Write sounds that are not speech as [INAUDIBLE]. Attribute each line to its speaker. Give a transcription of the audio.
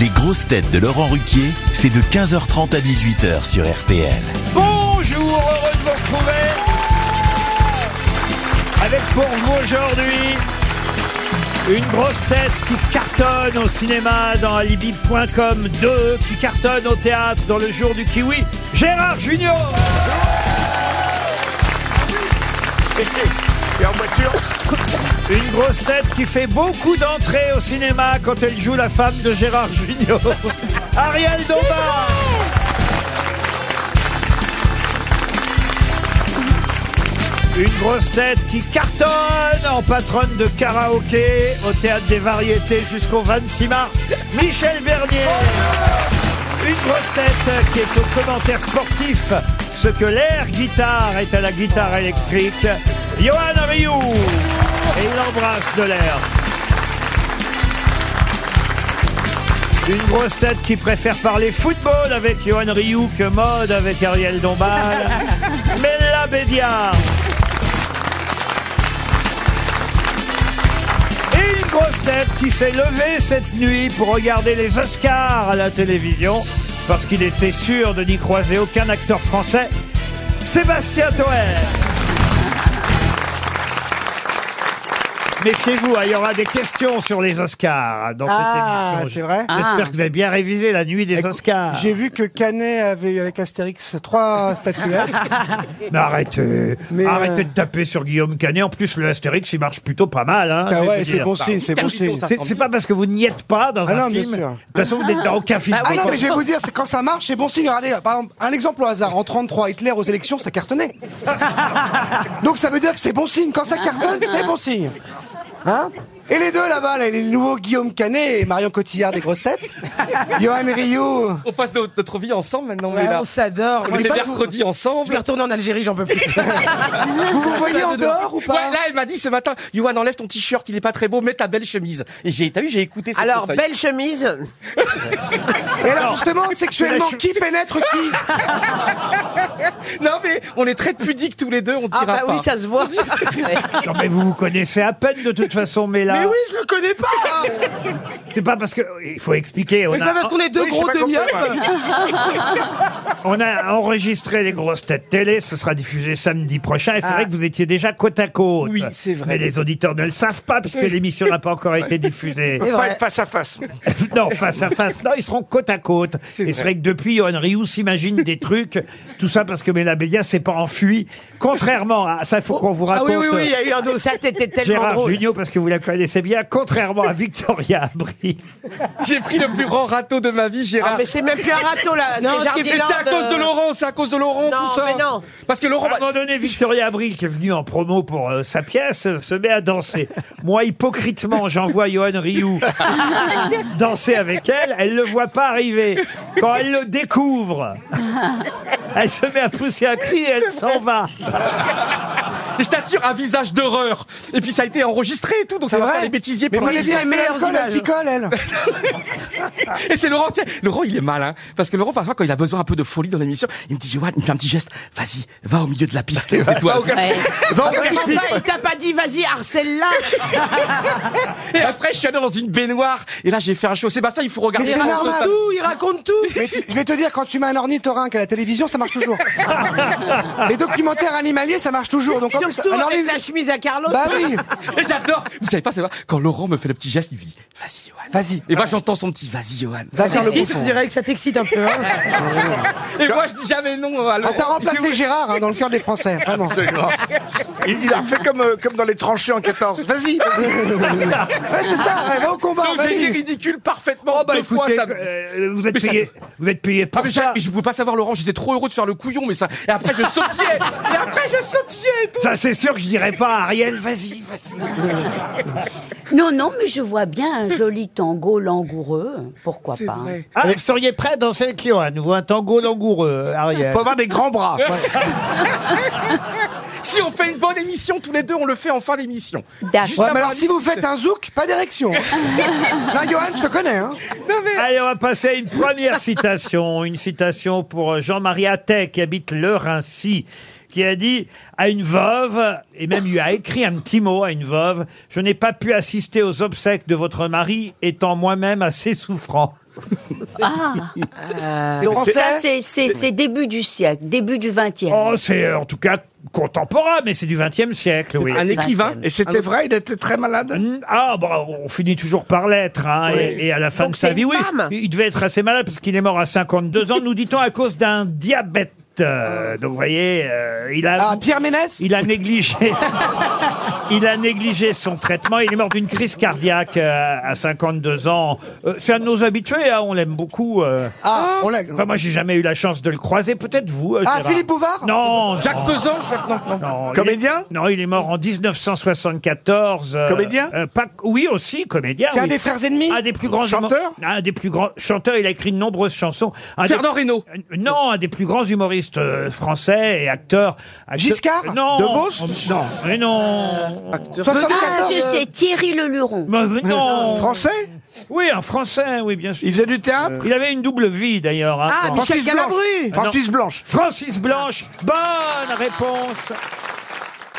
Speaker 1: Les grosses têtes de Laurent Ruquier, c'est de 15h30 à 18h sur RTL.
Speaker 2: Bonjour, heureux de vous retrouver avec pour vous aujourd'hui une grosse tête qui cartonne au cinéma dans Alibi.com 2, qui cartonne au théâtre dans le jour du kiwi, Gérard Junior. [LAUGHS] en voiture. Une grosse tête qui fait beaucoup d'entrées au cinéma quand elle joue la femme de Gérard [LAUGHS] Junior. Ariel Dombard. Une grosse tête qui cartonne en patronne de karaoké au théâtre des variétés jusqu'au 26 mars, Michel Bernier. Une grosse tête qui est au commentaire sportif, ce que l'air guitare est à la guitare électrique, Johan Rioux. Et il embrasse de l'air. Une grosse tête qui préfère parler football avec Johan Rioux que mode avec Ariel Dombal. Mella Bédiard. Et une grosse tête qui s'est levée cette nuit pour regarder les Oscars à la télévision parce qu'il était sûr de n'y croiser aucun acteur français. Sébastien Toer. Méfiez-vous, hein, il y aura des questions sur les Oscars dans
Speaker 3: Ah,
Speaker 2: cette émission.
Speaker 3: c'est vrai
Speaker 2: J'espère que vous avez bien révisé la nuit des Oscars.
Speaker 3: J'ai vu que Canet avait eu avec Astérix
Speaker 4: [LAUGHS]
Speaker 3: trois statuettes.
Speaker 4: Ah,
Speaker 2: Mais arrêtez,
Speaker 3: Mais,
Speaker 2: arrêtez
Speaker 3: euh,
Speaker 2: de taper sur Guillaume Canet. En plus, le Astérix, il marche plutôt pas mal. Hein, je
Speaker 3: Ah
Speaker 2: vais
Speaker 3: ouais,
Speaker 2: vous
Speaker 3: c'est
Speaker 2: dire.
Speaker 3: bon signe, c'est bon signe.
Speaker 2: C'est c'est pas parce que vous n'y êtes pas dans
Speaker 3: Ah
Speaker 2: un
Speaker 3: non, bien
Speaker 2: film. De
Speaker 3: sûr.
Speaker 2: toute façon, vous n'êtes dans aucun film.
Speaker 3: Ah non, mais je vais vous dire, c'est quand ça marche, c'est bon signe. Regardez, par exemple, un exemple au hasard. En 33, Hitler aux élections, ça
Speaker 4: [LAUGHS]
Speaker 3: cartonnait. Donc ça veut dire que c'est bon signe. Quand ça cartonne, c'est bon signe. Hein Et les deux là-bas, là, les nouveaux Guillaume Canet et Marion Cotillard des grosses têtes. Johan Rioux.
Speaker 4: On passe no- notre vie ensemble maintenant, on
Speaker 5: Ouais,
Speaker 4: est là.
Speaker 5: on s'adore.
Speaker 4: On
Speaker 5: Moi,
Speaker 4: est
Speaker 5: pas-
Speaker 4: mercredi
Speaker 5: Je vais
Speaker 4: ensemble.
Speaker 5: retourner en Algérie,
Speaker 4: [LAUGHS]
Speaker 5: j'en peux plus.
Speaker 3: Vous vous voyez en dehors ou
Speaker 4: Ouais,
Speaker 3: pas
Speaker 4: là, elle m'a dit ce matin, Yoann, enlève ton t-shirt, il est pas très beau, mets ta belle chemise. Et j'ai, t'as vu, j'ai écouté cette
Speaker 5: Alors,
Speaker 4: conseil.
Speaker 5: belle chemise.
Speaker 3: Et alors justement, sexuellement, qui pénètre qui
Speaker 4: Non, mais on est très pudiques tous les deux, on ne
Speaker 5: Ah
Speaker 4: dira
Speaker 5: bah
Speaker 4: pas.
Speaker 5: oui, ça se voit.
Speaker 2: Non, mais vous vous connaissez à peine de toute façon, mais là,
Speaker 5: Mais oui, je le connais pas.
Speaker 2: c'est pas parce que il faut expliquer. On
Speaker 5: C'est pas
Speaker 2: a,
Speaker 5: parce qu'on est deux
Speaker 4: Oui, j'ai
Speaker 5: gros
Speaker 4: pas
Speaker 5: de
Speaker 4: compris,
Speaker 5: myopes.
Speaker 2: on a enregistré les grosses têtes télé. Ce sera diffusé samedi prochain. Et c'est vrai que vous étiez déjà côte à côte.
Speaker 4: Oui, c'est vrai.
Speaker 2: Mais les auditeurs ne le savent pas puisque l'émission n'a pas encore été diffusée.
Speaker 5: C'est vrai.
Speaker 3: face à face.
Speaker 2: [LAUGHS] non, face à face. Non, ils seront côte à côte. Et c'est vrai que depuis, Johan Rioux s'imagine des trucs. Tout ça parce que Mélabédia s'est pas enfui. Contrairement à ça, il faut qu'on vous
Speaker 5: Ah
Speaker 2: raconte. euh,
Speaker 5: oui, oui, oui, il y a eu un dossier. Ça, t'étais tellement
Speaker 2: Gérard
Speaker 5: drôle.
Speaker 2: Jugnot, parce que vous la connaissez bien, contrairement à Victoria Abri.
Speaker 4: J'ai pris le plus grand râteau de ma vie,
Speaker 5: Ah,
Speaker 4: Gérard.
Speaker 5: mais c'est même plus un râteau, là.
Speaker 4: Non, c'est mais c'est
Speaker 5: C'est Jardiland,
Speaker 4: à cause de
Speaker 5: euh,
Speaker 4: Laurent, c'est à cause de Laurent,
Speaker 5: Non,
Speaker 4: tout ça.
Speaker 5: mais non.
Speaker 4: Parce que Laurent,
Speaker 2: À un moment donné, Victoria Abril, qui est venue en promo pour euh, sa pièce, euh, se met à danser. Moi, hypocritement, j'envoie Johan Rioux danser avec elle. Elle ne le voit pas arriver. Quand elle le découvre, elle se met à pousser un cri et elle s'en va.
Speaker 4: je t'assure, un visage d'horreur. Et puis ça a été enregistré et tout, donc ça
Speaker 3: C'est
Speaker 4: va faire
Speaker 3: vrai
Speaker 4: les bêtisiers
Speaker 3: Mais
Speaker 4: pour
Speaker 3: fallait
Speaker 4: les-
Speaker 3: dire, elle met l'alcool, elle picole, elle.
Speaker 4: Et c'est Laurent, tiens, Laurent, il est malin. Parce que Laurent, parfois, quand il a besoin un peu de folie dans l'émission, il me dit, Yoann, il me fait un petit geste, vas-y, va au milieu de la piste, les étoiles.
Speaker 5: Papa, il t'a pas dit, vas-y, [LAUGHS] harcèle-la.
Speaker 4: Et après, je suis allé dans une baignoire. Et là, j'ai fait un show. Sébastien, il faut
Speaker 3: Mais
Speaker 4: regarder.
Speaker 3: c'est
Speaker 4: la race de
Speaker 3: normal.
Speaker 4: femme.
Speaker 5: Tout, il raconte tout.
Speaker 3: Mais tu- je vais te dire, quand tu mets un ornithorynque à la télévision, ça marche toujours. Les documentaires animaliers, ça marche toujours. Donc en plus,
Speaker 5: Surtout
Speaker 3: un
Speaker 5: avec
Speaker 3: ornith-
Speaker 5: la chemise à Carlos.
Speaker 3: Bah oui,
Speaker 4: Et j'adore. Vous savez pas, c'est vrai. Quand Laurent me fait le petit geste, il me dit, vas-y, Johan.
Speaker 3: Vas-y.
Speaker 4: Et moi, j'entends son petit, vas-y, Johan.
Speaker 3: va faire le
Speaker 5: Si, je
Speaker 3: bouffon.
Speaker 5: dirais que ça t'excite un peu. hein.
Speaker 4: Et moi, je dis jamais non à
Speaker 3: Ah,
Speaker 4: Laurent.
Speaker 3: T'as remplacé Gérard hein, dans le cœur des Français, vraiment.
Speaker 6: Il, il a fait comme, euh, comme dans les tranchées en 14. Vas-y, vas-y.
Speaker 3: [LAUGHS] Ouais, c'est ça, ouais, va au combat,
Speaker 4: Donc, j'ai été
Speaker 3: vas-y. Oh,
Speaker 4: ridicule parfaitement.
Speaker 2: Bah,
Speaker 4: deux fois,
Speaker 2: écoutez,
Speaker 4: ça me-
Speaker 2: euh, vous êtes
Speaker 4: Mais ça-
Speaker 2: payé, vous êtes payé
Speaker 4: Ah,
Speaker 2: par
Speaker 4: mais, j'a-
Speaker 2: ça.
Speaker 4: mais je pouvais pas savoir, Laurent, j'étais trop heureux de faire le couillon, mais ça. Et après, je sautillais. Et après, je sautillais et tout.
Speaker 2: Ça, c'est sûr que je dirais pas à Ariel, vas-y, vas-y.
Speaker 7: Non, non, mais je vois bien un joli tango langoureux. Pourquoi pas hein.
Speaker 2: Ah, vous seriez prêt à danser avec Johan, vous, un tango langoureux, Ariel.
Speaker 6: Faut avoir des grands bras.
Speaker 4: Si on fait une bonne émission, tous les deux, on le fait en fin d'émission.
Speaker 7: D'accord.
Speaker 4: Juste
Speaker 3: Ouais,
Speaker 4: avant
Speaker 3: mais
Speaker 4: la-
Speaker 3: alors si vous faites un zouk, pas d'érection. Là, Johan, je te connais. Hein.
Speaker 2: Allez, on va passer à une première citation. Une citation pour euh, Jean-Marie Attet, qui habite Le Rincy, qui a dit à une veuve, et même lui a écrit un petit mot à une veuve Je n'ai pas pu assister aux obsèques de votre mari, étant moi-même assez souffrant.
Speaker 7: Ah,
Speaker 3: C'est
Speaker 7: ça,
Speaker 3: français
Speaker 7: c'est- c'est c'est début du siècle, début du 20e.
Speaker 2: Oh, c'est euh, en tout cas contemporain, mais c'est du XXe siècle, oui.
Speaker 4: Un écrivain.
Speaker 6: Et c'était vrai, il était très malade.
Speaker 2: Mm, Ah, bon, on finit toujours par l'être, hein, et, et à la fin de sa vie, oui. Il devait être assez malade parce qu'il est mort à 52 ans, nous dit-on, à cause d'un diabète. Euh, donc, vous voyez, euh, il a.
Speaker 3: Ah, Pierre Ménès
Speaker 2: Il a négligé. [LAUGHS] Il a négligé son traitement. Il est mort d'une crise cardiaque euh, à 52 ans. Euh, C'est un de nos habitués. hein, on l'aime beaucoup. euh.
Speaker 3: Ah, on l'a.
Speaker 2: Enfin, moi, j'ai jamais eu la chance de le croiser. Peut-être vous. euh,
Speaker 3: Ah,
Speaker 2: Gérard.
Speaker 3: Philippe Bouvard
Speaker 2: Non.
Speaker 4: Jacques
Speaker 2: non,
Speaker 4: Pesant
Speaker 2: non, il est-
Speaker 6: Comédien
Speaker 2: Non, il est mort en 1974. euh,
Speaker 6: Comédien
Speaker 2: euh, pas- Oui, aussi comédien.
Speaker 3: C'est un
Speaker 2: oui.
Speaker 3: des frères ennemis
Speaker 2: Un des plus grands humo-
Speaker 6: Chanteur
Speaker 2: Un des plus grands chanteurs. Il a écrit de nombreuses chansons. Un des-
Speaker 4: Fernand Reynaud.
Speaker 2: euh, Non, un des plus grands humoristes euh, français et acteurs. Acteur- Euh,
Speaker 3: Giscard
Speaker 2: Non.
Speaker 6: De Vos
Speaker 2: Non. Mais non.
Speaker 7: Ah,
Speaker 3: 74
Speaker 7: je sais, Thierry Leluron.
Speaker 2: Mais non.
Speaker 6: Français
Speaker 2: Oui, un français, oui, bien sûr.
Speaker 6: Il faisait du théâtre
Speaker 2: Il avait une double vie d'ailleurs. hein,
Speaker 5: Ah,
Speaker 2: Fran-
Speaker 5: Michel
Speaker 6: Blanche.
Speaker 5: Galabru
Speaker 6: Francis Blanche.
Speaker 2: Francis Blanche. Bonne réponse